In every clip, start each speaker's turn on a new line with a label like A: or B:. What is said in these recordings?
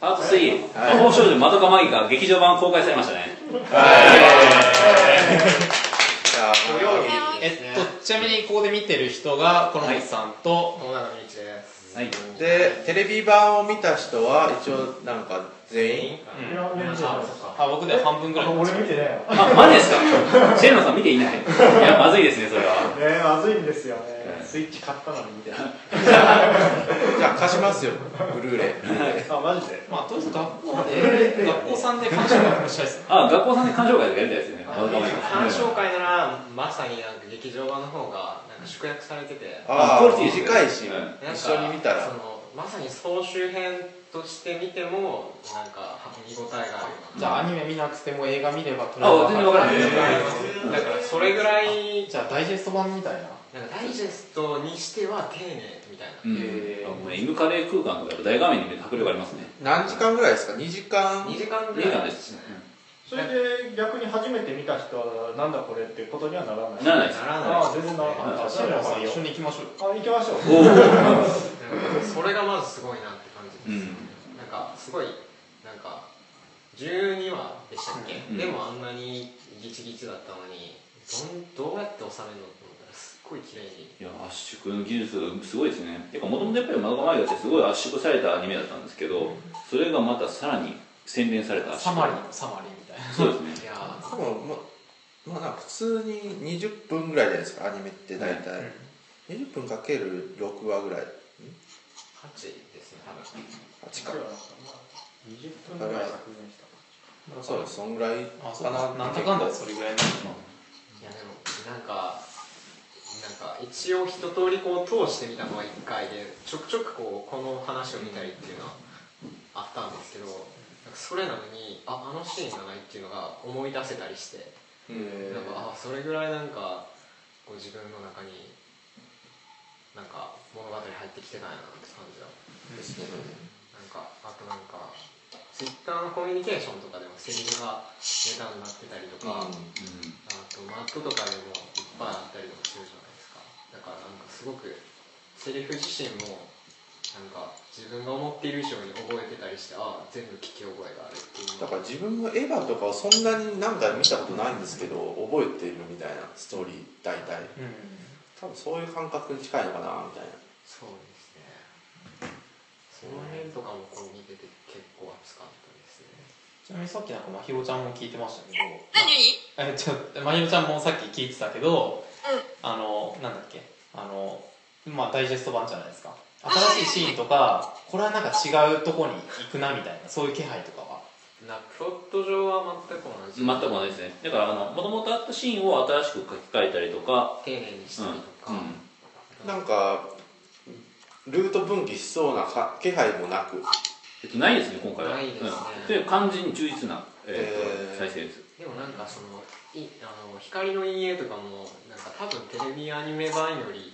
A: ハートスイー、
B: はい
A: 魔法少女まどかマギカ劇場版公開されましたね。
C: えっと、ちなみにここで見てる人が、この本さんと、
D: 友永美一です
A: はい。
B: でテレビ版を見た人は一応なんか全員
D: は
E: や、俺見てない
C: あ僕では半分ぐらいなんで
E: 俺
C: すけ
E: 見てね
A: あ、マジですかシェルノさん見ていない。いや、まずいですね、それは。
E: えよねまずいんですよねスイッチ買ったのにみたいな
B: じゃあ貸しますよブルーレイ
E: あマジで
C: どまあ、とりあえず学校で、学校さんで鑑賞会をしたいです。
A: あ、学校さんで鑑賞会とかやりたいですよね。まどかマギカ。
D: 鑑賞会ならまさになんか劇場版の方がなんか縮約されてて
B: ああ
A: クオリティいいですね
B: 短いし
A: うん
D: なんか
B: 一緒に見た
D: そ
B: ら
D: のまさに総集編として見てもなんか見応えがあるよう
C: じゃあ、アニメ見なくても映画見れば、とりあえず
A: あ、全然わからない。
D: なだからそれぐらい
C: じゃあ、ダイジェスト版みたいな。
D: なんかダイジェストにしては丁寧みたいな
A: うん
C: へー
A: あもうね、M カレー空間とかやっぱ大画面に見る迫力ありますね。
B: 何時間ぐらいですか2時間
D: 2時間ぐ
A: いい
D: ら
A: 感
D: い
A: じです。
E: それで逆に初めて見た人はなんだこれってことにはならない
A: ならないです。
D: ならない
E: ああ全然ならなかった
C: シェラさん、一緒に行きましょう。
E: あ行きましょう
A: おー
D: なんかそれがまずすごいなって感じ
A: う
D: です、
A: ん。
D: なんかすごいなんか12話でしたっけ、
A: うん
D: でもあんなにギチギチだったのにどんどうやって収めるのって思ったらすっごい綺麗に
A: いや圧縮の技術がすごいですねてかもともとやっぱり「マドカマイガ」ってすごい圧縮されたアニメだったんですけどそれがまたさらに洗練された圧
C: サ
A: 縮
C: マリー、サマリーみたいな。
A: そうですね
D: いやー
B: 多分ままあなんか普通に20分ぐらいじゃないですかアニメって大体、20分かける6話ぐらい
D: 8ですね多分
B: 8か
E: 20分ぐらい削減した
B: そうですそんぐらい
C: あ、そうかなんだかんだそれぐらいなんだ
D: いやでもなんかなんか一応一通りこう通してみたのは1回でちょくちょくこうこの話を見たりっていうのはあったんですけどなんかそれなのにああのシーンがないっていうのが思い出せたりしてなんかあそれぐらいなんかこう自分の中になんか物語入ってきてないなって感じだ
B: ですね
D: なんかあとなんかツイッターのコミュニケーションとかでもセリフがネタになってたりと
B: うん
D: か、あとマットとかでもいっぱいあったりとかするじゃないですかだからなんかすごくセリフ自身もなんか自分が思っている以上に覚えてたりしてああ全部聞き覚えがあるっていう
B: だ
D: の
B: から自分もエヴァとかをそんなに何回見たことないんですけど覚えてるみたいなストーリー大体
C: うん。
B: 多分そういう感覚に近いのかなみたいな
D: そうですねその辺とかもこう見てて結構熱かったですね
C: ちなみにさっきなんかまひろちゃんも聞いてましたけど何えちょっとまひろちゃんもさっき聞いてたけど、あのなんだっけあのまあダイジェスト版じゃないですか新しいシーンとかこれはなんか違うとこに行くなみたいなそういう気配とかは
D: なプロット上は全く同じ
A: 全く同じですねだからあのもともとあったシーンを新しく書き換えたりとか
D: 丁寧にし
A: うん
D: たりとか、
B: なんかルート分岐しそうなか気配もなく
A: えっとないですね今回は
D: ないですね
A: うんで完全に忠実なえっ
B: へー
A: と再生です
D: でもなんかそのいあの光の陰影とかもなんか多分テレビアニメ版より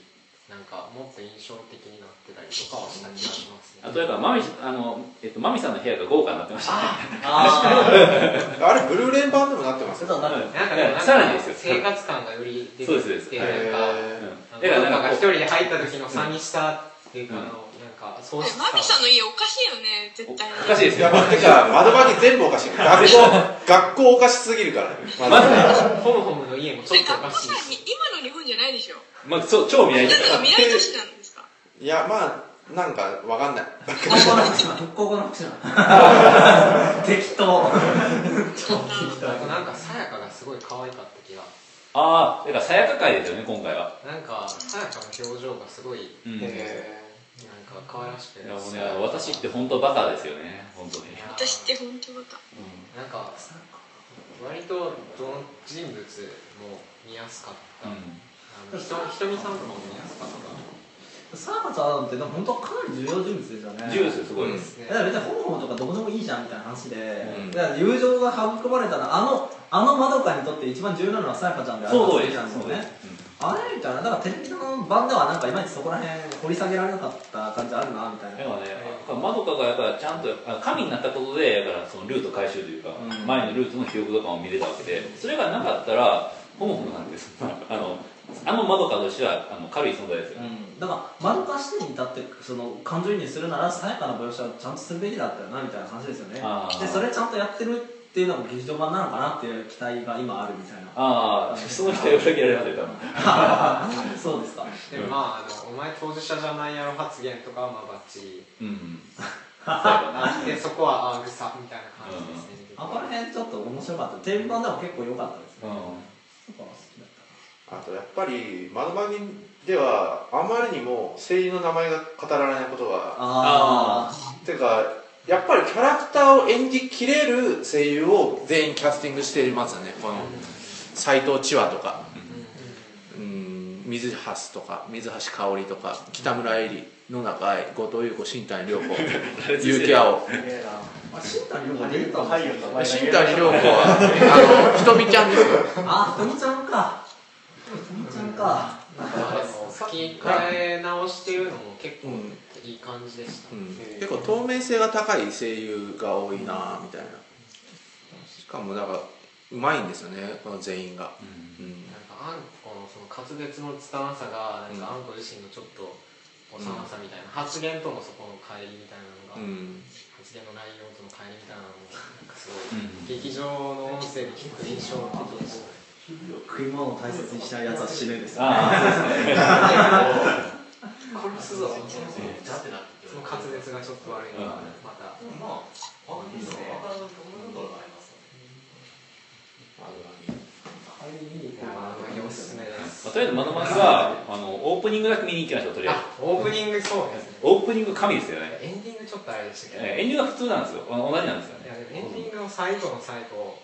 D: なんかもっと印象的になってたりとかはした気がしますね
A: あとだからマミあのえっとマミさんの部屋が豪華になってましたね
D: あ
B: あれブルーレイ版でもなってますよ
A: うん
D: ーなんかでもなんか
A: さらにですよ
D: 生活感がより出て
A: そうです
D: き
A: そうで
D: て
A: す
D: なん
B: へ
D: か
B: ー
A: うん
D: あの
A: だから
D: ど
A: なん
D: っかが
A: か
D: 一
A: こ
D: 人で入った時の差にしたっていうかあのなんか喪
F: マ
D: 失感
F: ミさんの家おかしいよね絶対に
A: うおかしいです
B: い
A: よ
B: や待ってか窓バギ全部おかしい 学校学校おかしすぎるからま
A: まずね
D: ホムホムの家もち
F: そ
D: ょ
F: れ
D: っとお
F: 学
D: か
F: 校
D: しい
F: さんに
D: し
F: 今の日本じゃないでしょ
A: まあそう超見ない
F: だ
A: で
F: か
A: すから
F: 未来都市なんですか
B: いやまあなんかわかんない
G: 復興後の福島適
D: あ
G: 当
D: となんかさやかがすごい可愛かった気が
A: ああだからさやか会ですよね今回は
D: なんかさやかの表情がすごい
A: うんい
D: なんか可愛らしくて
A: やもうね私って本当バカですよね本当に
D: いやー
F: 私って本当バ
D: な
F: カ
D: んか割とどの人物も見やすかった、
A: うん
D: あのひとひとみさんとかも見やすかった
G: サーカスアダムってなんか本当かなり重要人物ですよね
A: ジュースすごいです
D: ですね
G: だから別にホームとかどこでもいいじゃんみたいな話で、
B: ん
G: だから友情が育まれたらあのあのまどかにとって一番重要なのはさやかちゃんである
A: そう
G: は
A: で
G: ず
A: す
G: じゃんです
A: そう
G: よ
A: です
G: ねあれみたいなだからテレビの版ではなんかいまいちそこら辺掘り下げられなかった感じあるなみたいな
A: でもね、まどかがやっぱちゃんとあ神になったことで、だからそのルート回収というか、
G: うん
A: 前 のルートの記憶とかも見れたわけで、それがなかったら、ホモホモなんです、あのあのの窓かとしてはあの軽い存在ですよね、
G: だから丸化してに至ってその感情移入するならさやかな描写はちゃんとするべきだったよなみたいな話ですよね
A: あー
G: でそれちゃんとやってるっていうのも劇場版なのかなっていう期待が今あるみたいな
A: ああその人は裏切られまでたの
G: そうですか
D: でもまああのお前当事者じゃないやろ発言とかはまあバッチリ
A: うんあ
D: あってそこはあうるさみたいな感じですね、
G: あこら辺ちょっと面白かったテレビ版でも結構良かったですね、そこは好きだっ
B: あとやっぱり窓マギではあまりにも声優の名前が語られないこと
G: た
B: が
G: あ
B: てかやっぱりキャラクターを演じきれる声優を全員キャスティングしていますよねこの斎藤千和とか、うん、水橋とか水橋かおりとか北村絵里野中愛後藤優子新谷 涼子結城青
G: ーあ新谷涼子出てたん
E: 俳優
G: です
E: の
G: よ
E: 名前
B: 新谷涼子 はあのひとみちゃんですよ
G: あーふみちゃんかふみちゃんか
D: まあでも吹き替え直してるのも結構いい感じでした、
B: 結構透明性が高い声優が多いなみたいなしかもだからうまいんですよねこの全員が、うん
D: なんかあんこのその滑舌の拙さがなんかあんこ自身のちょっと幼さみたいな、発言とのそこの乖離みたいなのが、
B: うん
D: 発言の内容との乖離みたいなのもなんかすご
A: う
D: い、
A: ん
D: 劇場の音声で聞くと印象的でしたね
G: 食い物を大切にしないやつは死ぬですよ
A: あ
D: 殺すぞその滑舌がちょっと悪いのがまた、まあいいですねいやーおすすめです
A: まあとりあえず窓マギはあのオープニングだけ見に行きましょうとりあえず
D: あオープニングそうですね
A: オープニング神ですよね
D: エンディングちょっとあれでしたけど、
A: えーエンディングは普通なんですよあの同じなんですよ
D: い
A: ね、
D: やでもエンディングの最後の最後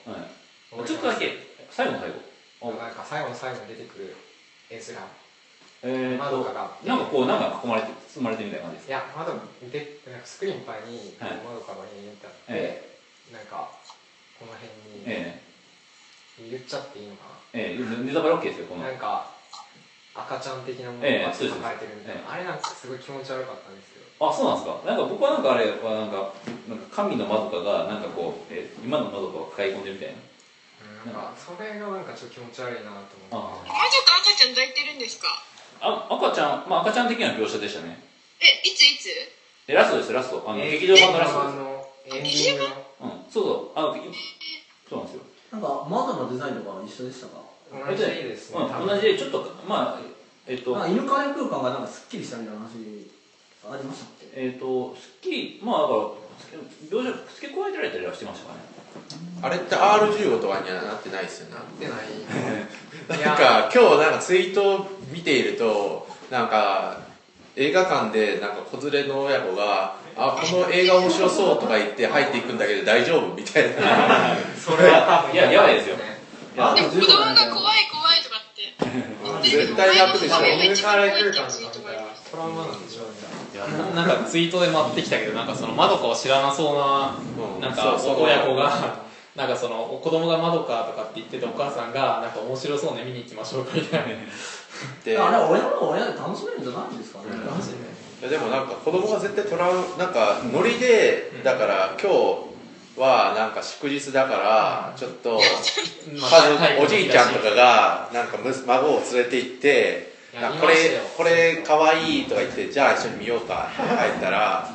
A: うん、ちょっとだけ最後の最後
D: なんか最後の最後に出てくる絵面
A: えー、
D: 窓
A: と
D: かが
A: なんかこうなんか囲まれて包まれてるみたいな感じです
D: いや窓でなんかスクリーンいっぱいに
A: はい
D: 窓かがにってあって、
A: え
D: なんかこの辺に
A: え
D: 言っちゃっていいのか
A: ー、えー、ネタバレ OK ですよこの
D: な、なんか赤ちゃん的なもの
A: ええ
D: が
A: そう
D: 書
A: です
D: かれてるみたいな、
A: え
D: あれなんかすごい気持ち悪かったんですけど
A: あそうなんですかなんか僕はなんかあれはなんかなんか神の窓かがなんかこう、えー今の窓かを抱え込んでるみたいな
D: うんなんかそれがなんかちょっと気持ち悪いなと思って
A: あ
F: まあちょっと赤ちゃん抱いてるんですか
A: あ赤ちゃんまあ赤ちゃん的な描写でしたね
F: えいついつ
A: でラストですラストあの、
D: え
A: 劇場版のラスト
D: 劇
A: で
D: 場版のエンディング
A: す、うん、そうそうあのいそうなんですよ
G: なんか窓のデザインとかは一緒でしたか
D: の同じですね多
A: うん、
D: 分
A: 同じでちょっとまあえっと、
G: なんか犬飼い空間がなんかすっきりしたみたいな話ありましたっけ
A: えっ、とすっきりまあだから描写付け加えてられたりはしてましたかね
B: あれって R15 とかにはなってないですよね
D: 出 ないい
B: なんか今日なんかツイートを見ているとなんか映画館でなんか子連れの親子が「あこの映画面白そう」とか言って入っていくんだけど大丈夫みたいな
D: それは多分
A: いややばいですよ
G: あ
F: でも子
G: 15
F: 供
G: だね
F: が怖い怖いとかって
B: 絶対楽でし
D: ま
B: ょ
D: あ、
F: ね
D: 犬から来る感じとか見たらトラウマなんでしょうね
C: なんかツイートで待ってきたけどなんかそのまどかを知らなそうな
B: うん
C: なん
B: そ
C: か
B: うそう
C: 親子が なんかその子供がまどかとかって言っててお母さんがなんか面白そうね見に行きましょうかみたいな
B: で
G: あれは親も親で楽しめるんじゃないんですかね、
C: マジで
B: いやでもなんか子供が絶対トラウなんかノリでだから今日はなんか祝日だからちょっと
C: まあ
B: 家
C: 体
B: 族
C: 育
B: おじいちゃんとかがなんかむ孫を連れて行って
D: いや
B: なんか
D: 見
B: こ
D: ま
B: れ
D: したよ
B: これかわいいとか言ってじゃあ一緒に見ようかって帰ったら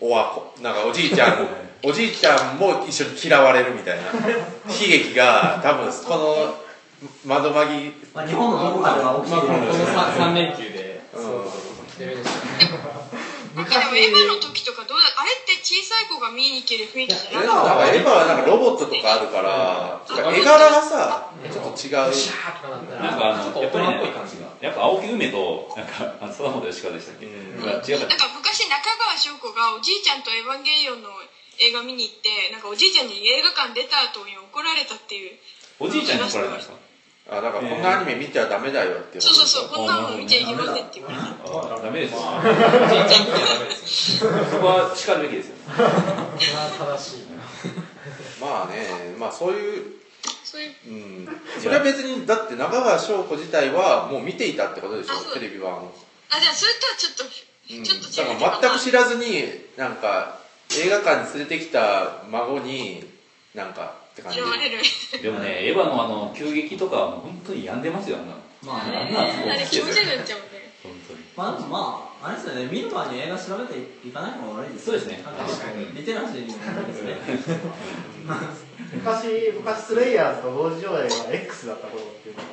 B: おわこなんかおじいちゃ んおじいちゃんも一緒に嫌われるみたいな悲劇が多分この窓まぎ
G: まあ、日本のどこかでは起き
C: まあ
G: て
C: この
G: るんですけど
C: 3連休で
D: 出るでしょ
F: なんかでもエヴァの時とかどうだあれって小さい子が見に行ける雰囲気じ
B: エ
F: ゃ
B: ヴ
F: な
B: ァ
F: かった
B: はエヴァはなんかロボットとかあるから、てか絵柄がさちょっと違う
D: シャーとかなったら
A: なんかあ
C: ちょっ
A: の
C: と
A: やっ
C: 大
A: ぱり
C: 人っぽい
A: ね
C: 感じが
A: やっぱ青木梅となんかあの貞本吉川でしたっけ、
B: うん
A: が違かっ
F: なんか昔中川翔子がおじいちゃんとエヴァンゲリオンの映画見に行ってなんかおじいちゃんに映画館出た後に怒られたっていう
A: たおじいちゃんに怒られたんですか
B: あだからこんなアニメ見ちゃダメだよって
F: そうそうそうこんなもん見ちゃいけませんって言われた
A: あダメですよ
C: おじいちゃんっていうのはダメです
A: そこは叱るべきですよ
D: それは正しいな
B: まあねまあそういう
F: そういう
B: うんそれは別にだって中川翔子自体はもう見ていたってことでし
F: あそう
B: ょテレビ版を、
F: あじゃあそれとはちょっと、
B: うん、
F: ちょっと違う
B: だから全く知らずになんか映画館に連れてきた孫になんかって感じ
F: 嫌われる
A: でもねエヴァのあの急激とかはもう本当に病んでますよあんなの
G: まあなんなん
F: あれ気持ち悪くなっちゃうもんね
A: 本当に
G: まあでもまああれですよね見る前に映画調べていかない方が悪いです
A: そうですね
G: 確かにリテラシーにもなるんですね
E: 昔昔スレイヤーズと同時上映が X だった頃っていうのが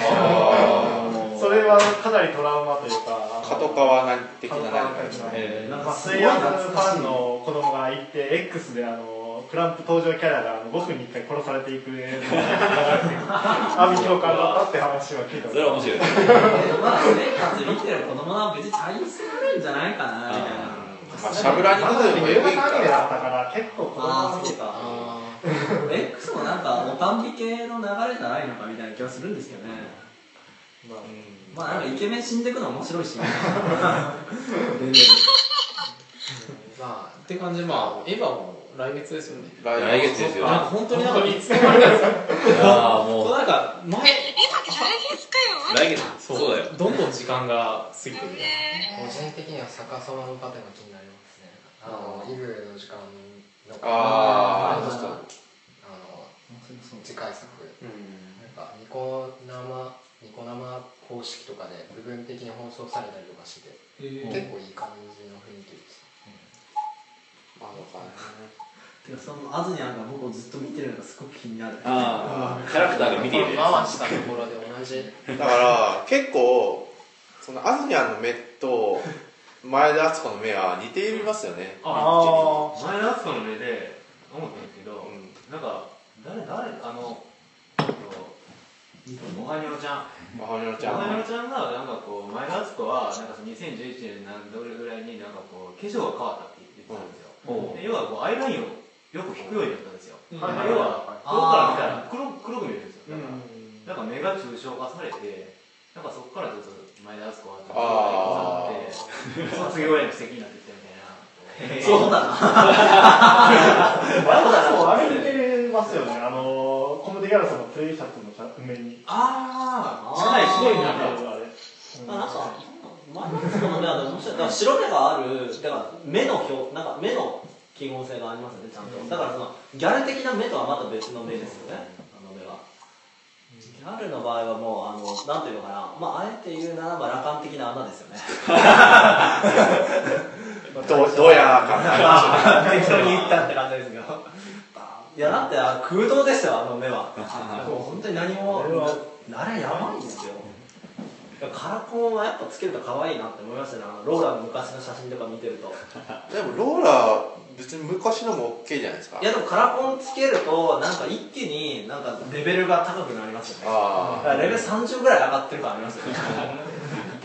E: あってそれはかなりトラウマというか
B: 角川的な何かですね
E: え
G: えーなん
E: ま
G: か
E: あ、
G: す
E: ス
G: ご
E: レ
G: い
E: イヤー
G: 懐
E: ズフ
G: かしい
E: ァンの子供がいて X であのクランプ登場キャラがあの5分に1回殺されていく映像があるんですよ阿炎共感だったって話は聞い
A: そ
E: たこと
A: れは
E: ある
A: 面白いですね
G: えまあ生活見てる子供は別に対応するんじゃないかなみたいな
B: まあしゃぶらに行くよりも
E: 映
B: エグい
E: 画
B: か
E: 関係だ
B: ら
E: ったから結構子供
G: あ
E: の
G: あそう
E: 時
G: か
D: あ
G: X もなんかおたんび系の流れじゃないのかみたいな気がするんですけどねまあなんかイケメン死んでくの面白いしみたいな全然
D: ーま
C: って感じでまあエヴァも来月ですよね
A: 来月ですよ
C: なんか
A: あ
C: 本当になんかいつの間にか
A: あもう
C: なんか前
F: 今って大変か
A: 来
F: よ
A: 月そうだよ
C: どんどん時間が過ぎてる
F: 危ね
C: ね
D: あ個人的には逆さまのパテが気になりますねあの
C: あー
D: イブの時間の
B: あ
D: あ
B: ー
D: の次回作なんかニコ生ニコ生公式とかで部分的に放送されたりとかしてて結構いい感じの雰囲気です
B: まあのか
G: てかそのアズニャンが僕をずっと見てるのがすごく気になる
A: ああキャラクターが見ている
D: 回したところで同じ
B: ねだから結構そのアズニャンの目と前田敦子の目は似ていますよね
E: あ
H: 前田敦子の目で思ったんですけど、
B: うん
H: なんか誰誰あのえっとおはにょちゃん
B: まはみのち
H: お
B: ゃ
H: は
B: ん
H: にょちゃんがなんかこう前田敦子はなんかその2011年なんどれぐらいになんかこう化粧が変わったって言ってたんですよ、
A: おう
H: で要はこうアイラインをよく引くようになったんですよ、
E: ん
H: まあ要は黒から見たら黒黒く見えるんですよだから、な
E: ー
H: んか目が抽象化されてなんかそこからずっと前田敦子はな
B: あ
H: んか卒業への布石になってきたみ たいな
G: そうだな
E: そうあれ似てますよねあのコムデ・ギャルソンのプレイシャツのさ梅に
H: ああ、
G: あ
H: 近
G: ー
H: い、すごいな
E: あ
H: んか。
E: れ
G: まあなんか前のその目はでも面白いだから白目があるだから目の表なんか目の記号性がありますよねちゃんとだからそのギャル的な目とはまた別の目ですよねあの目はギャルの場合はもうあのなんていうのかなまああえて言うならば羅漢的な穴ですよね
B: どうどうやらかな
G: 適当に言ったって感じですけどいやだってあ空洞ですよあの目はもう本当に何も
E: あれは
G: あれやばいですよカラコンはやっぱつけると可愛いなって思いましたねあのローラの昔の写真とか見てると
B: でもローラ別に昔のも OK じゃないですか
G: いやでもカラコンつけるとなんか一気になんかレベルが高くなりますよねだ
B: あ
G: からレベル30ぐらい上がってる感ありますよね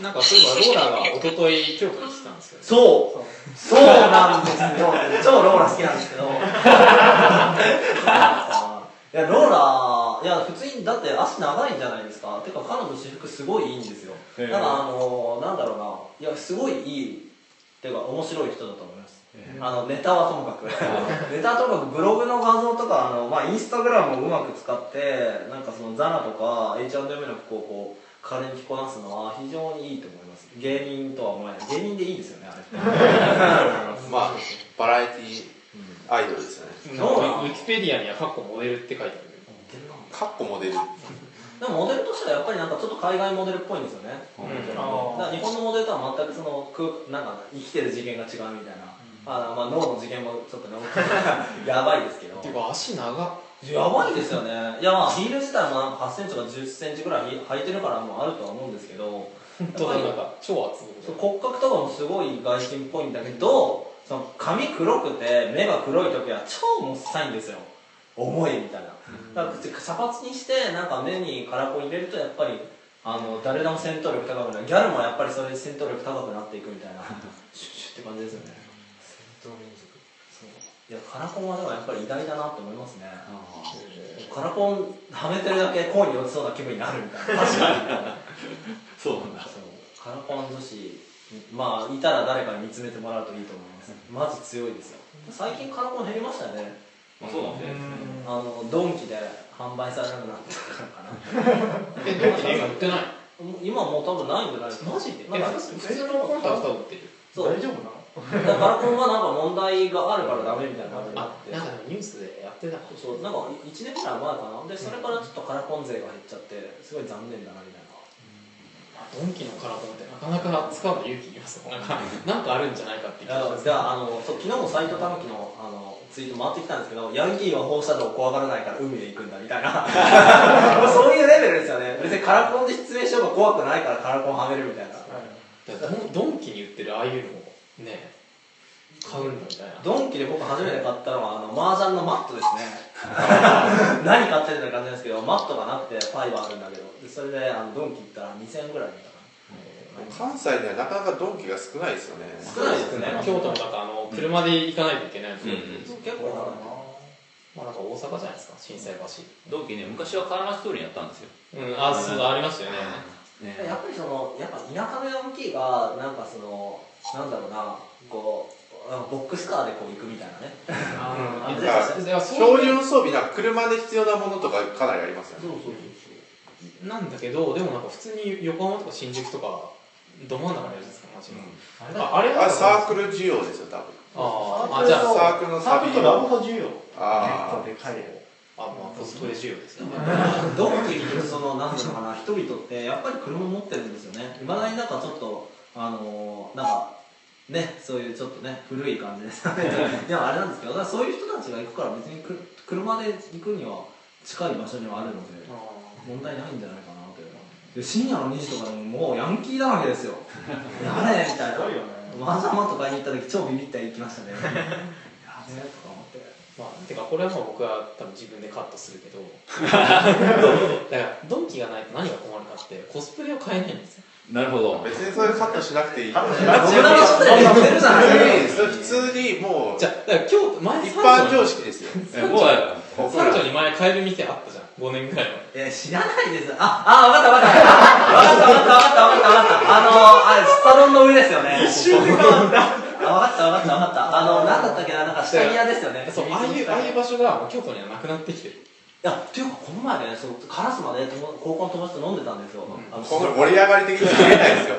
C: なんかそういえばローラが一昨日京都に来てたんですけど
G: そうそうなんですよ 超ローラ好きなんですけど いやローラいや普通にだって足長いんじゃないですかてか彼女の私服すごいいいんですよだからあのなんだろうないやすごいいいてか面白い人だと思いますあのネタはともかく ネタはともかくブログの画像とかあの、まあ、インスタグラムをうまく使ってなんかそのザラとか H&M の服をこう彼に着こなすのは非常にいいと思います芸人とは思えない芸人でいいですよねあれ
B: あまあバラエティアイドルですよね
C: なんかウィキペディアには「かっこモデル」って書いてある
B: かっこモデル
G: でもモデルとしてはやっぱりなんかちょっと海外モデルっぽいんですよね、だから日本のモデルとは全くその空なんか生きてる次元が違うみたいな、あのまあ、脳の次元もちょっとね やばいですけど
C: ていうか足長っ
G: やばいですよねいやまあヒール自体もなんか8センチとか10センチぐらい履いてるからもうあるとは思うんですけ ど
C: 本当だなんか超厚い
G: そう骨格とかもすごい外人っぽいんだけどその髪黒くて目が黒い時は超もっさいんですよ重いみたいなだから口茶髪にしてなんか目にカラコン入れるとやっぱりあの誰でも戦闘力高くなるギャルもやっぱりそれで戦闘力高くなっていくみたいなシュッシュッって感じですよね
D: 戦闘民族
G: いやカラコンはでもやっぱり偉大だなって思いますねカラコンはめてるだけ恋に落ちそうな気分になるみたいな確かに
A: そうなんだ
G: そうカラコン女子まあいたら誰かに見つめてもらうといいと思いますマジ強いですよ最近カラコン減りましたよね
A: まあそうかもしれないですね
G: あのドンキで販売されなくなったからかな
C: えドンキで今売ってない
G: 今もう多分ないんじゃないですか
C: マジで
G: なん
C: え
G: か
C: 普通のコンタクトは売ってる
G: そう
E: 大丈夫なの
G: だからカラコンはなんか問題があるからダメみたいな感じになっ
C: あ
G: て
C: なんかでもニュースでやってたかも
G: そうそうなんか1年ぐらい前かなでそれからちょっとカラコン勢が減っちゃってすごい残念だなみたいな
C: ドンキのカラコンってなかなか使うの勇気いりますよなんかなんかあるんじゃないかって気がします
G: じゃああのそう昨日も斎藤たぬきのあのツイート回ってきたんですけどヤンキーは放射能怖がらないから海へ行くんだみたいなそういうレベルですよね別にカラコンでシチュエーションが怖くないからカラコンはめるみたいな
C: だからドンドンキに売ってるああいうのをね買うんだみたいな
G: ドンキで僕初めて買ったのはあの麻雀のマットですね何買ってるって感じなんですけどマットがなくてパイはあるんだけどでそれであのドンキ行ったら2000円ぐらいで
B: 関西にはなかなかドンキが少ないですよね
G: 少ないですね
C: 京都もなんかあの車で行かないといけないんですよ、
A: うん
G: 結構な
C: まあなんか大阪じゃないですか震災橋
A: 同期ね昔はカラマス通りにやったんですよ
C: うんあそうありましたよね
A: ね
G: やっぱりそのやっぱ田舎のヤンキーがなんかそのなんだろうなこうあのボックスカーでこう行くみたいなね
C: あ
B: だ
G: あ
B: から
C: だからそう
B: 標
C: いう
B: 準装備なんか車で必要なものとかかなりありますよね
G: そうそう
C: なんだけどでもなんか普通に横浜とか新宿とかど真ん中にあるじゃないですかマジの、
H: うん
C: なんかあれ
B: あれサー
C: ル
B: クル需要ですよ多分
C: あーあじゃあ
B: サークルの
E: サー
B: サ
E: ク
B: ビ
E: ルとラボの授業結
B: あ
E: 構でかいよ
C: あまあコスプレ需要ですね
G: ドンキにいるそのなんていうのかな人々ってやっぱり車持ってるんですよねいまだになんかちょっとあのーなんかねそういうちょっとね古い感じですよねでもあれなんですけどだからそういう人たちが行くから別にく車で行くには近い場所にはあるので問題ないんじゃないかなというで深夜の2時とかでももうヤンキーだらけですよやれみたいな
E: すごいよね
G: マザマとかに行った時超ビビって行きましたねやべえとか思って
C: まあてかこれはもう僕は多分自分でカットするけ どだからドンキがないと何が困るかってコスプレを買えないんですよ
A: なるほど
B: ー別にそれカットしなくていい
G: 僕らの人でやってるじゃないです
B: それ普通にもう
C: じゃあだから今日前
B: 一般常
C: 三
B: 識ですよ
A: えもうあ
B: 僕ら
C: 条三条に前買える店あったじゃん5年ぐらい前
G: かいや知らないですああわかったわかったわかったわかったわかったわかったあのー、あれスパロンの上ですよね一瞬で変わったあわかったわかったわかったあのなんだったっけななんか下着屋ですよね
C: そうああいうああいう場所がもう京都にはなくなってきてる
G: いや、っていうか、この前ね、そう、カラスまで友高校の友達と飲んでたんですよ。あの
B: この盛り上がり的に切れないですよ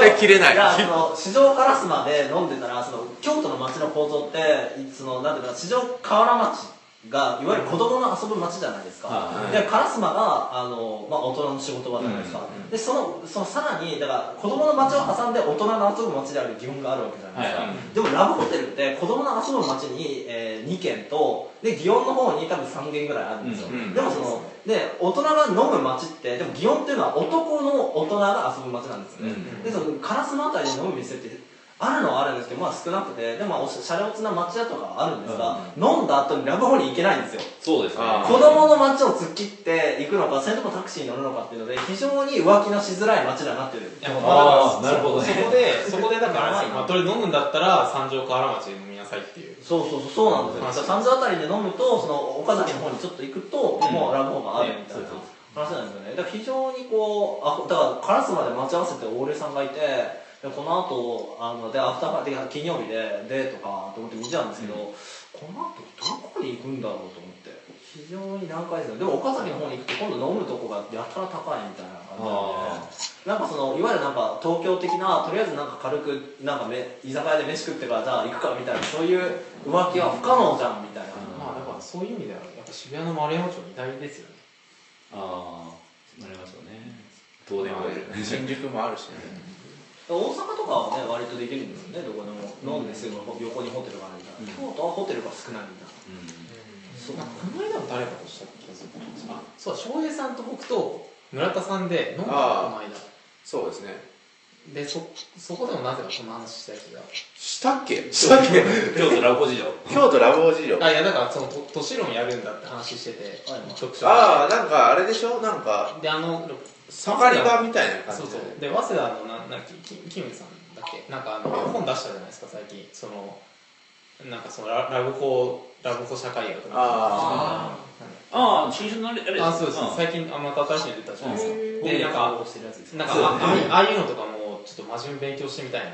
B: 絶対切れない
G: いや、その、市場カラスまで飲んでたら、その、京都の街の構造って、その、なんていうかな、市場河原町が、いわゆる子供の遊ぶ街じゃないですか。
A: はい
G: で、カラスマが、あの、まあ、大人の仕事場じゃないですか。で、その、その、さらに、だから、子供の街を挟んで大人の遊ぶ街である疑問があるわけじゃないですか。
A: はいは
G: でも、ラブホテルって、子供の遊ぶ街に、え2軒と、で、祇園の方に多分3軒ぐらいあるんですよ。
A: うんうん
G: でもそので大人が飲む街ってでも祇園っていうのは男の大人が遊ぶ街なんですよ
A: う
G: ね、
A: ん
G: でその烏丸あたりで飲む店ってあるのはあるんですけどまあ少なくてでもまあおしシャレオツな街だとかはあるんですが、飲んだ後にラブホに行けないんですよ
A: そうですね
B: あー
G: 子供の街を突っ切って行くのかそれともタクシーに乗るのかっていうので非常に浮気のしづらい街だなっていう
C: いやま
A: あー
C: だ
A: なるほどね
C: そこでそこでだから
G: やばいな
C: まあどれ飲むんだったら三条河原町で飲みなさいっていう
G: そうそうそうそうなんですよ三条あたりで飲むとその岡崎の方にちょっと行くと、もうラブホがあるみたいな話なんですよねだから非常にこうあだからカラスまで待ち合わせて大礼さんがいてでこの後あのでアフターパーティー金曜日でデートかと思って見ちゃうんですけど、この後どこに行くんだろうと思って非常に難解ですよでも岡崎の方に行くと今度飲むとこがやたら高いみたいな感じな
A: あ
G: んでなんかそのいわゆるなんか東京的なとりあえずなんか軽くなんかめ居酒屋で飯食ってからじゃあ行くかみたいなそういう浮気は不可能じゃんみたいな、
C: まあだからそういう意味ではやっぱ渋谷の丸山町に大ですよね
A: ああなりますよね東電オイル
B: 新宿もあるしね
G: 大阪とかはね割とできるんですよねどこでも飲んですぐ横にホテルがあるみたいな、京都はホテルが少ないみたいな
C: そうなんかこの間も誰かとした気がするあそう翔平さんと僕と村田さんで飲んだこの
B: あ
C: 間
B: そうですね
C: でそそこでもなぜかこの話した気が
B: したっけしたっけ
A: 京都ラブホ事情
B: 京都ラボ事情
C: あいやだからそのと都市論やるんだって話してて
G: はいはい
C: 局所
B: ああなんかあれでしょなんか
C: であの
B: 盛り場みたいな感じ
C: そう
B: で
C: そうで早稲田のななんかききキムさんだっけなんかあの本出したじゃないですか最近そのなんかそのララブコラブコ社会学の
B: あ
A: ああ新種のあれあれ
C: あそうです、
A: ん
C: 最近あまた新しいの出たじゃないですか、でなん
G: 翻
C: か
G: 訳をしてるやつです
C: なんかあああいうああいうのとかもちょっと真面目に勉強してみたいな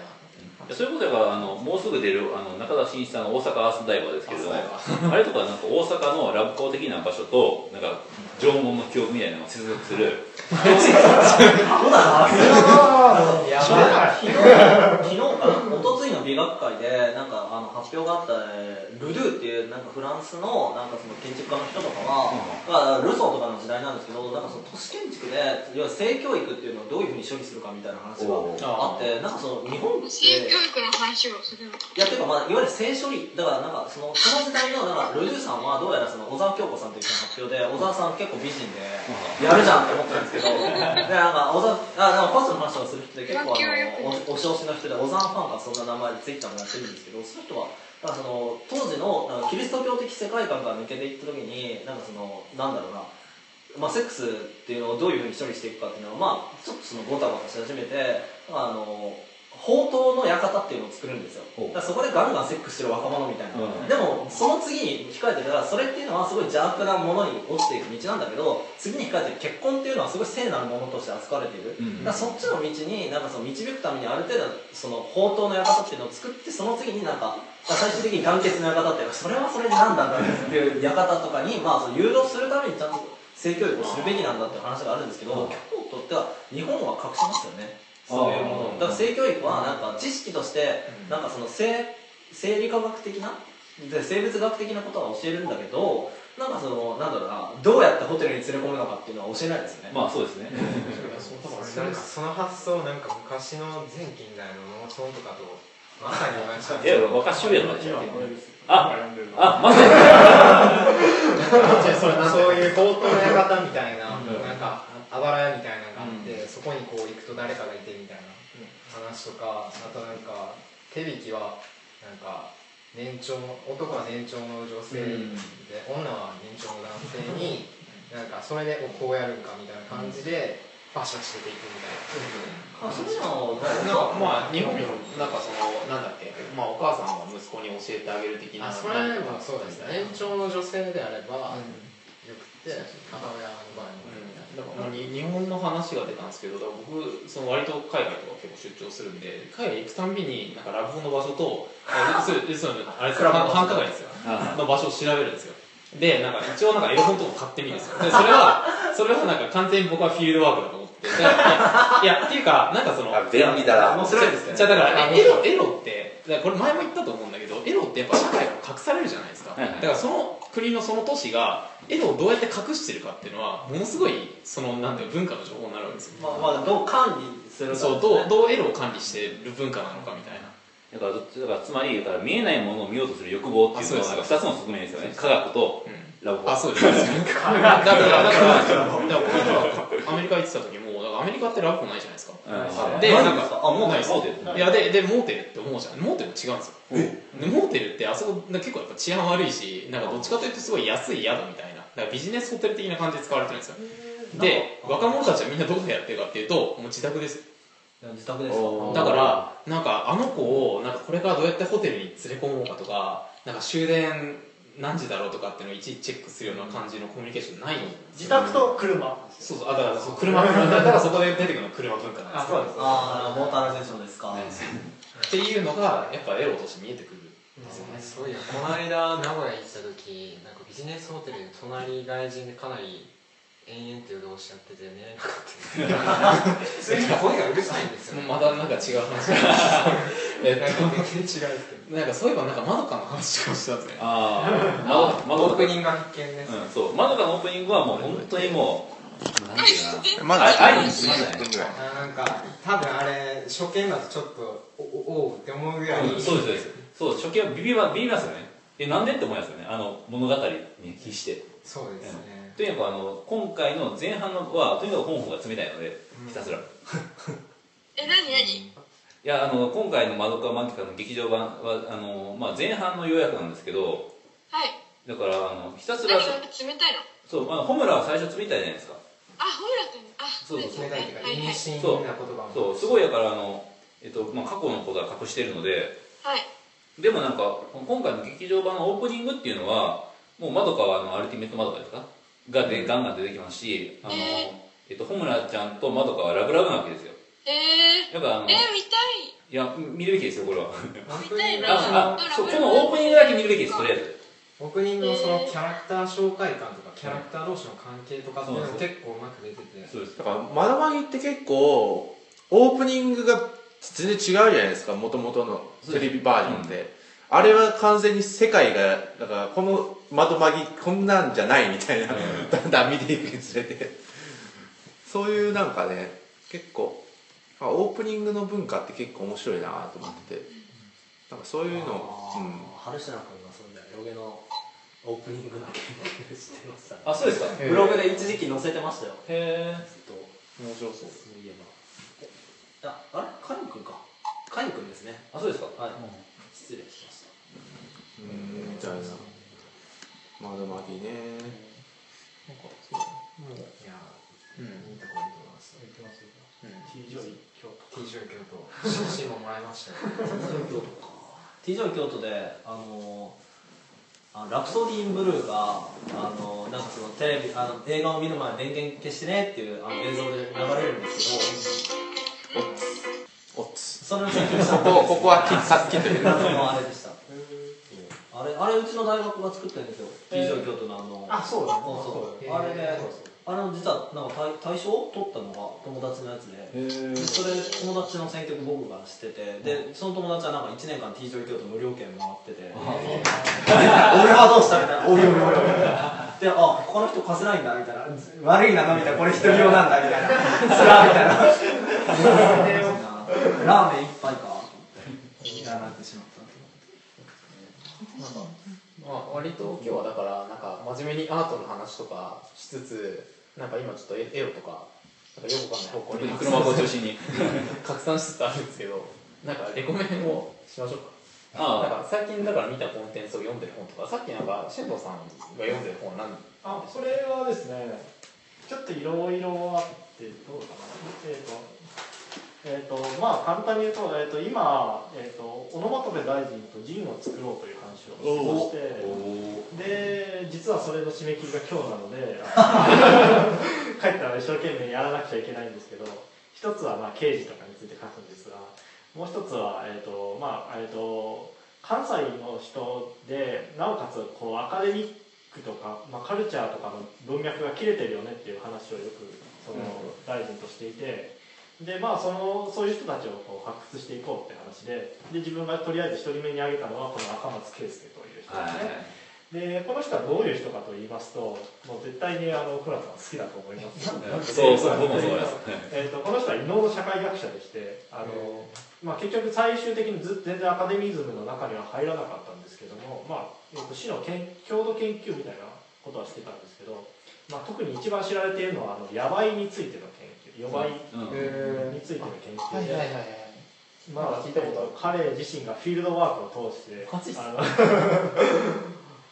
A: そういうことだからあのもうすぐ出るあの中田真一さんの大阪アースダイバーですけれども
C: アース
A: あれとかなんか大阪のラブ校的な場所となんか縄文の記憶みたいなのを接続する
G: そうだな
E: あ
G: やばい昨日昨日かな一昨日の美学会でなんかああの発表があった、えールドゥっていうなんかフランスのなんかその建築家の人とかは、まあ、ルソーとかの時代なんですけどなんかその都市建築で要は性教育っていうのをどういうふうに処理するかみたいな話が
A: おー
G: あってなんかその日本って
F: 性教育の話をするのか
G: いやていうかまあいわゆる性処理だからなんかそのその時代のなんかルドゥさんはどうやらその小沢京子さんという人の発表で小沢さん結構美人でやるじゃんって思ってたんですけどでなんか小沢あなんかファッションの話をする人って結構あのおお調子の人で小沢ファンがそんな名前でツイッターもやってるんですけどその人はなんかその当時のなんかキリスト教的世界観から抜けていった時になんかそのなんだろうなまあ、セックスっていうのをどういうふうに処理していくかっていうのは、まあ、ちょっとそのゴタゴタし始めてあの宝刀の館っていうのを作るんですよ
A: お
G: だからそこでガンガンセックスしてる若者みたいな、
A: うん
G: でもその次に控えてるからそれっていうのはすごい邪悪なものに落ちていく道なんだけど次に控えてる結婚っていうのはすごい聖なるものとして扱われている、
A: うん
G: だからそっちの道になんかその導くためにある程度その宝刀の館っていうのを作ってその次になんかまあ最終的に団結の館っていうかそれはそれで何なんだっていう館とかに、まあ、その誘導するためにちゃんと性教育をするべきなんだっていう話があるんですけど教皇とっては日本は隠しますよねそういうものをだから性教育はなんか知識として
C: うん
G: なんかその性生理科学的なで生物学的なことは教えるんだけどなんかそのなんだろうなどうやってホテルに連れ込むのかっていうのは教えないですよね
A: まあそうですね
D: それなんかその発想なんか昔の前近代の農村とかとまさに同
A: い
D: じ
A: や若しゅうやのでし
E: 今
A: ょ
E: これです
A: あ
E: 今読んでるの
A: あまさに
D: そういう強盗の館みたいななんかあばら屋みたいなのがあって、そこにこう行くと誰かがいてみたいな話とかあとなんか手引きはなんか年長男は年長の女性で、女は年長の男性に なんかそれでおこうやるんかみたいな感じでバシバシ出ていくみたいな。
G: あそういうのを
C: なんかまあ日本もなんかそのなんだっけ、まあ、お母さんは息子に教えてあげる的な
D: あそれはそうですね年長の女性であれば、よくて母親の場合も、
C: うんだからまあに日本の話が出たんですけどだから僕その割と海外とか結構出張するんで海外行くたんびになんかラブホの場所とあそうそうそうあれですよ繁繁華街ですよ
A: あ
C: の場所を調べるんですよでなんか一応なんかエロ本とか買ってみるんですよでそれはそれはなんか完全に僕はフィールドワークだと思ってていやいやっていうかなんかその
I: あ便利だな
G: 面白いですね
C: じゃあだからえエロエロってだからこれ前も言ったと思うんだけどエロってやっぱ社会が隠されるじゃないですか、
A: はいはい
C: だからその国のその都市がエロをどうやって隠してるかっていうのはものすごいそのなんていうの文化の情報になるわけですよ、
G: まあまあどう管理するかですね
C: そうどうどうエロを管理してる文化なのかみたいな
A: だからどっちだからつまりだから見えないものを見ようとする欲望っていうの
C: あ
A: はな
C: そうんで
A: か
C: す
A: 2つの側面ですよね科学と
C: う
A: ラブホ
C: あそうですそうです だからだからだからだから僕がアメリカ行ってた時もだからアメリカってラブホないじゃないですか
A: うん
C: で
G: ない
C: なん
G: んです
C: か
G: かあもうないです
A: そうです
C: いやででモーテルって思うじゃんモーテル違うんですよでモーテルってあそこな結構やっぱ治安悪いしなんかどっちかというとすごい安い宿みたいなだからビジネスホテル的な感じで使われてるんですよで若者たちはみんなどこでやってるかっていうともう自宅です
G: 自宅です
A: おー
C: だからなんかあの子をなんかこれからどうやってホテルに連れ込もうかとかなんか終電何時だろうとかっていうのをいちいちチェックするような感じのコミュニケーションない
E: 自宅と車
C: そうそうあだからそう 車だからそこで出てくるのが車文化なんですよ
G: ああモーターラセンですか、
C: っていうのがやっぱエロとして見えてくるんですよね
D: そういやこの間名古屋行った時なんかビジネスホテルで隣外人でかなり延々と夜通しやってて 寝れなかったです普通に声がうるさいんですよ、ね、
C: まだなんか違う 話え
D: なんか
C: っ
D: 全然違うって
C: となんかそういえばなんかまどかの話とかしたんですね
A: ああま
D: オー
A: どか
D: プニングが必見です、
A: うんそうまどかのオープニングはもう本当にもうなんていうかな
I: まだ
A: あ愛にしました
I: 10分ぐらい
D: あなんか多分あれ初見だとちょっとおおおうって思うぐらい、
A: うんそうですそうですそう初見はビビはビビりますよねえなんでって思いますよねあの物語に比して
D: そうですね、
A: とにかくあの今回の前半のはとにかく本邦が冷たいのでひたすら、い
F: え何何
A: やあの今回の「まどかマギカ」の劇場版はあの、まあ、前半の予約なんですけど
F: はい
A: だからあのひたす
F: 何
A: ら
F: が冷たいの
A: そう、まあ、ホムラは最初冷たいじゃないですか
F: あホイラってあそうです
D: 冷
F: よね
D: た
F: は
D: というか
F: いいはい
D: 意味深な言葉も
A: そうすごいだからあの、えっとまあ、過去のことは隠してるので
F: はい
A: でもなんか今回の劇場版のオープニングっていうのはもうまどかはあのアルティメットまどかですかがでガンガン出てきますしあの、
F: え
A: えっと、ホムラちゃんとまどかはラブラブなわけですよ
F: えー、え
A: だからあの、
F: 見た
A: い
F: い
A: や見るべきですよこれは
D: 僕
F: 見たいな
A: ああそうこのオープニングだけ見るべきですとりあえず
D: 僕にのそのキャラクター紹介感とかキャラクター同士の関係とかっていうのが結構うまく出てて
A: そうです
B: だからまだまぎって結構オープニングが全然違うじゃないですかもともとのテレビバージョンで、あれは完全に世界がだからこの窓まぎこんなんじゃないみたいな、だんだん見ていくにつれてそういうなんかね結構あオープニングの文化って結構面白いなと思っててなんかそういうの、うん、
G: 春下君がそんなブログのオープニングの研究してましたね
C: あ、そうですか。
G: ブログで一時期載せてましたよずっ
C: へ
G: と
C: え。面白そう。
G: そういえばああれカイン君かカイン君ですね
C: あ、そうですか。
G: はい、失礼しました
B: うんみたいな窓まぎね
C: なんかそうだね。も
D: いや
C: う、うん、
D: いいとこいいと思います行きますよ
C: う
D: T ジョイ京都 T ジョイ京都写真ももらいましたよ
G: 京都か T ジョイ京都であのあラプソディー・イン・ブルーがあのなんかそのテレビあの映画を見る前に電源消してねっていうあの映像で流れるんですけど
B: おっつ
G: それを説明した
B: ここここはきさっきという
G: あのあれでしたあれあれうちの大学が作ってるんですよ T ジョイ京都のあの
D: あそうだ
G: そうそうあれであれの実はなんか大大賞を取ったのが友達のやつでそれ友達の選曲僕がしててでその友達はなんか1年間 T ジョイ京都無料券もらっててで 俺はどうしたみたいなおいおいおいおいであ他の人貸せないんだみたいな悪いなのみたいなこれ一人用なんだみたいなそらみた いなラーメン一杯かと思っていらなってしまった
C: まあ、割と今日はだからなんか真面目にアートの話とかしつつなんか今ちょっと絵絵をとかなんかよくわかんない 方向に
A: 車箱を中心に
C: 拡散しつつあるんですけどなんかレコメンをしましょうか
A: ああ
C: なんか最近だから見たコンテンツを読んでる本とかさっきなんか進藤さんが読んでる本は何
E: あこれはですねちょっといろいろあってどうかなえっ、とえっ、とまあ簡単に言うと,、えー、と今、えー、とオノマトペ大臣と議員を作ろうという話をしてましてで実はそれの締め切りが今日なので あの帰ったら一生懸命やらなくちゃいけないんですけど一つはまあ刑事とかについて書くんですがもう一つは、えーとまあえー、と関西の人でなおかつこうアカデミックックとか、まあ、カルチャーとかの文脈が切れてるよねっていう話をよくその大臣としていて、でまあそのそういう人たちをこう発掘していこうって話でで自分がとりあえず1人目に挙げたのはこの赤松圭介という人ですね。でこの人はどういう人かと言いますともう絶対にあの倉さん好きだと思います
A: そうそう僕もそうです
E: えー、とこの人は異能の社会学者でしてあの、まあ、結局最終的にず全然アカデミズムの中には入らなかったんですけども、まあえー、と市の研郷土研究みたいなことはしてたんですけど、まあ、特に一番知られているのはあのヤバイについての研究ヤバイ
A: うん
E: についての研
C: は
E: 究
C: い
E: で、
C: はいはいはい
E: まあ、聞いたことある彼自身がフィールドワークを通して
C: マジっす
E: あの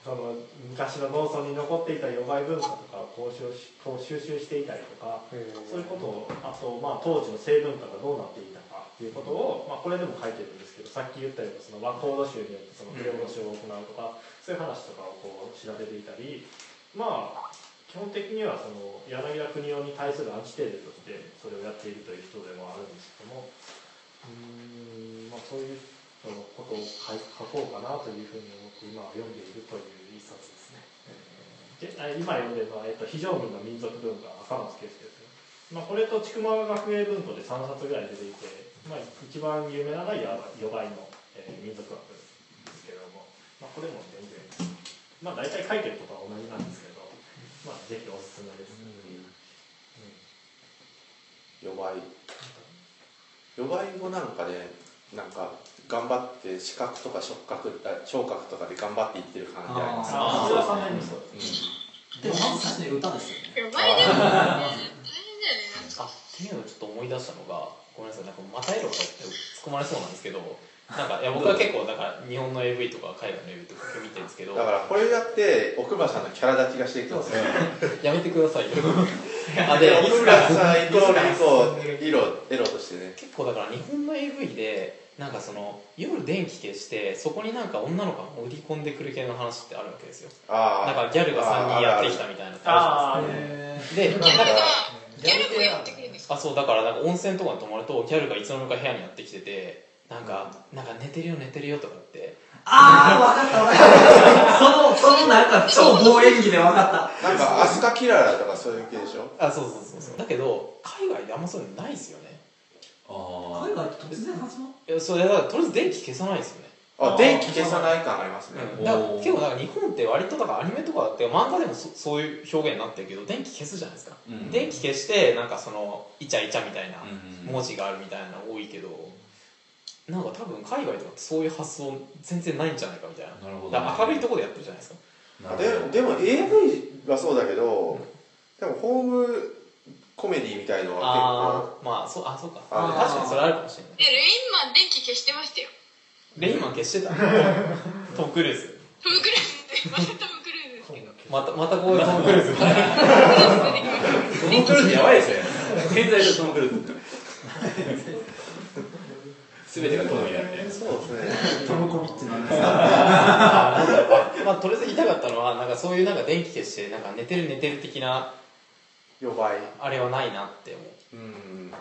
E: その昔の農村に残っていた余害文化とかをこう収集こう収集していたりとかそういうことをあと、まあ、当時の性文化がどうなっていたかっていうことを、まあ、これでも書いてるんですけどさっき言ったようにその和光土集によってその筆下ろしを行うとか、そういう話とかをこう調べていたりまあ基本的にはその柳田国男に対するアンチテーゼとしてそれをやっているという人でもあるんですけどもうーん、まあ、そういうののことを書い書こうかなというふうに思って今は読んでいるという一冊ですね。であ今読んでるのは、えっと、非常勤の民族文化赤松圭介ですね、まあ、これと千曲学芸文庫で3冊ぐらい出ていて、まあ、一番有名なのが予倍の、えー民族学ですけれども、まあ、これも全然まあ大体書いてることは同じなんですけど、まあ、ぜひおすすめです、
B: 弱い弱いもなんかねなんか頑張って視覚とか触覚あ聴覚とかで頑張っていってる感じあります
E: ああそれは3年にそうです
G: でもまず最初に歌ですよね
F: やばいでもね大変だよねなんか
C: あっていうのをちょっと思い出したのがごめんなさいなんかまたエロが突っ込まれそうなんですけどなんかいや僕は結構だから日本の AV とか海外の AV とか見てるんですけど
B: だからこれやって奥村さんのキャラ立ちがしていくんですよ
C: やめてくださいよあで
B: で
C: い
B: 奥
C: つ
B: 村
C: か
B: さんイコールこう色エロとしてね
C: 結構だから日本の AV でなんかその夜電気消してそこになんか女の子が売り込んでくる系の話ってあるわけですよ
B: ああ
C: なんかギャルが3人やってきたみたいな
E: ああ
C: でなんか
F: なんかギャルもやってくれるんですか
C: あそうだからなんか温泉とかに泊まるとギャルがいつの間にか部屋にやってきててなんかなんか寝てるよ寝てるよとかって
G: その、そのなんか超棒演技で分かっ
B: なんかアスカキララとかそういう系でしょ
C: あそうそうそうそうだけど海外であんまそういうのないですよね
A: あ
G: た。
A: あ
G: 海外って突然始まった
C: いやそれだからとりあえず電気消さないですよね
B: あ電気消さない感ありますね、
C: うんだから結構なんか日本って割とだからアニメとかだって漫画でもそそういう表現になってるけど電気消すじゃないですか、
A: うん
C: 電気消してなんかそのイチャイチャみたいな
A: うん
C: 文字があるみたいなの多いけど、なんか多分海外とかってそういう発想全然ないんじゃないかみたいな
A: なるほどね
C: だから明るいところでやってるじゃないですか
A: なるほど
B: ででも AV はそうだけどでもホームコメディみたいのは
C: ああまあそうあそうか
B: あー
C: 確かにそれあるかもしれない
F: えレインマン電気消してましたよ
C: レインマン消 してたトム・クルーズ
F: トム・クルーズってまたトム・クルーズですけど
C: またまたこういうトム・クルーズ
A: トム・クルーズやばいですね天才とトム・クルー ズ全てがトムになるね
B: 結構そうですね
H: トムコビッチの話
C: まあとりあえず言いたかったのはなんかそういうなんか電気消してなんか寝てる寝てる的な
B: 予倍
C: あれはないなって思っ
B: うん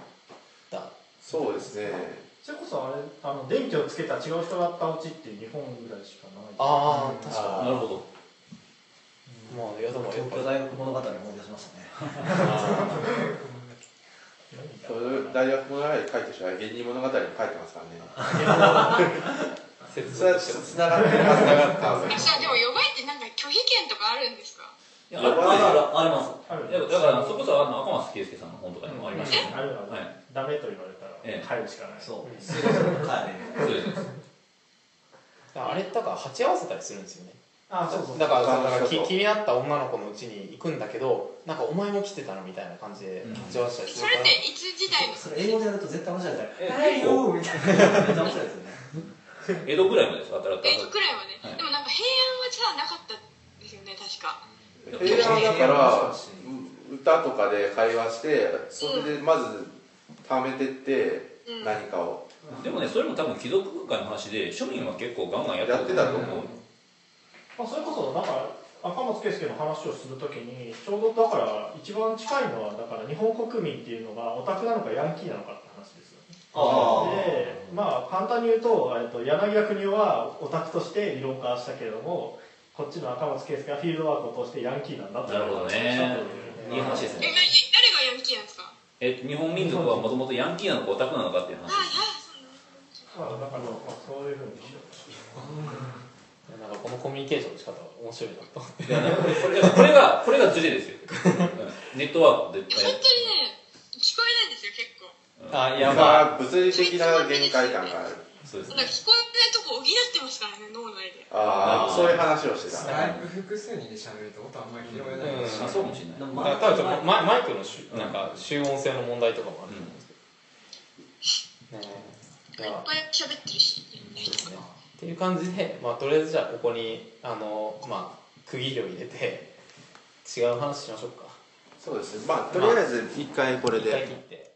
C: た
B: そうですね
E: それこそあれあの電気をつけた違う人だったうちって日本ぐらいしかない
C: ああ確か
A: なるほど
C: にまあいやでもやっ
G: 東
C: ぱ
G: 京大学物語を思い出しましたね
B: それ大学物語に書いてしまい芸人物語に書いてますからね
C: 接
B: それは
C: 続し
B: つ
C: て
B: ながってるはずなかった
F: あさでも呼ばれてなんか拒否権とかあるんですか
A: いや
G: あるあ
A: だ
G: るあります
E: ある
A: からそれこそあの赤松圭介さんの本とかにもありましたよね
E: あるある、
A: はい
E: ダメと言われ
A: ええ
E: たら帰るしかない、
G: そうすぐ帰る
A: そうですね
C: あれだから鉢合わせたりするんですよね
E: あそうそう
C: だから
B: そうそう
C: だから
B: そう
C: き気になった女の子のうちに行くんだけどなんかお前も来てたのみたいな感じで
A: うん
C: 鉢合わせたりす
F: そ
C: る
F: れ
C: か
F: っ
C: ら、
F: ていつ時代の
G: それ英語でやると絶対面白いです
A: え
G: ねはい
A: 結構
G: よーみたいなめっちゃ面白いですよね
A: 江戸ぐらいまでです働
F: えっと
A: く
F: くらいはね、
A: はい
F: でもなんか平安はさなかったですよね確か
B: 平安だからう歌とかで会話してそれでまず貯めてって
F: うん
B: 何かを
A: でもねそれも多分貴族会の話で庶民は結構ガンガンや
B: やっ
A: ってて
B: た
A: た
B: と
A: と
B: 思
A: 思
B: う
A: う
E: まあ、それこそだから赤松圭介の話をするときにちょうどだから一番近いのはだから日本国民っていうのがオタクなのかヤンキーなのかって話ですよね
G: あ
E: でまあ簡単に言うと,、えっと柳田国男はオタクとして理論化したけれどもこっちの赤松圭介はフィールドワークを通してヤンキーなんだっていう
A: なるほどね
E: 話をしたと
A: い
E: い
A: い
E: う
A: 話です
F: え
A: ね
F: な誰がヤンキーなんですかはい
A: え日本民族はもともとヤンキーなのかオタクなのかっていう話
F: はい
E: まあだから、まあ、そういうふうにしよう
C: なんかこのコミュニケーションの仕方は面白いなと思って
A: いやこれこれこれがこれがズレですようんネットワークで
F: いや本当にね聞こえないんですよ結構
C: あいや
B: まあ
C: まあ
B: 物理的な限界感がある
A: そうです
F: なんか
A: ね
F: 聞こえないとこ補ってますからね脳内で
B: ああそういう話をしてた
D: ライブ複数人で喋ると音あんまり拾えない
C: うん
D: し、
A: あそうかもしれない
G: でも
C: だから多分ちょっとマイマイクのしゅ
A: うん
C: なんか集音性の問題とかもあると思うんですけど、ねえい
F: いっ
C: や
F: ぱい喋ってるし
C: っていう感じで、まあ、とりあえずじゃあここにあの、まあ、区切りを入れて違う話しましょうか
B: そうですねまあとりあえず一回これ
C: 一回
B: で
C: 切って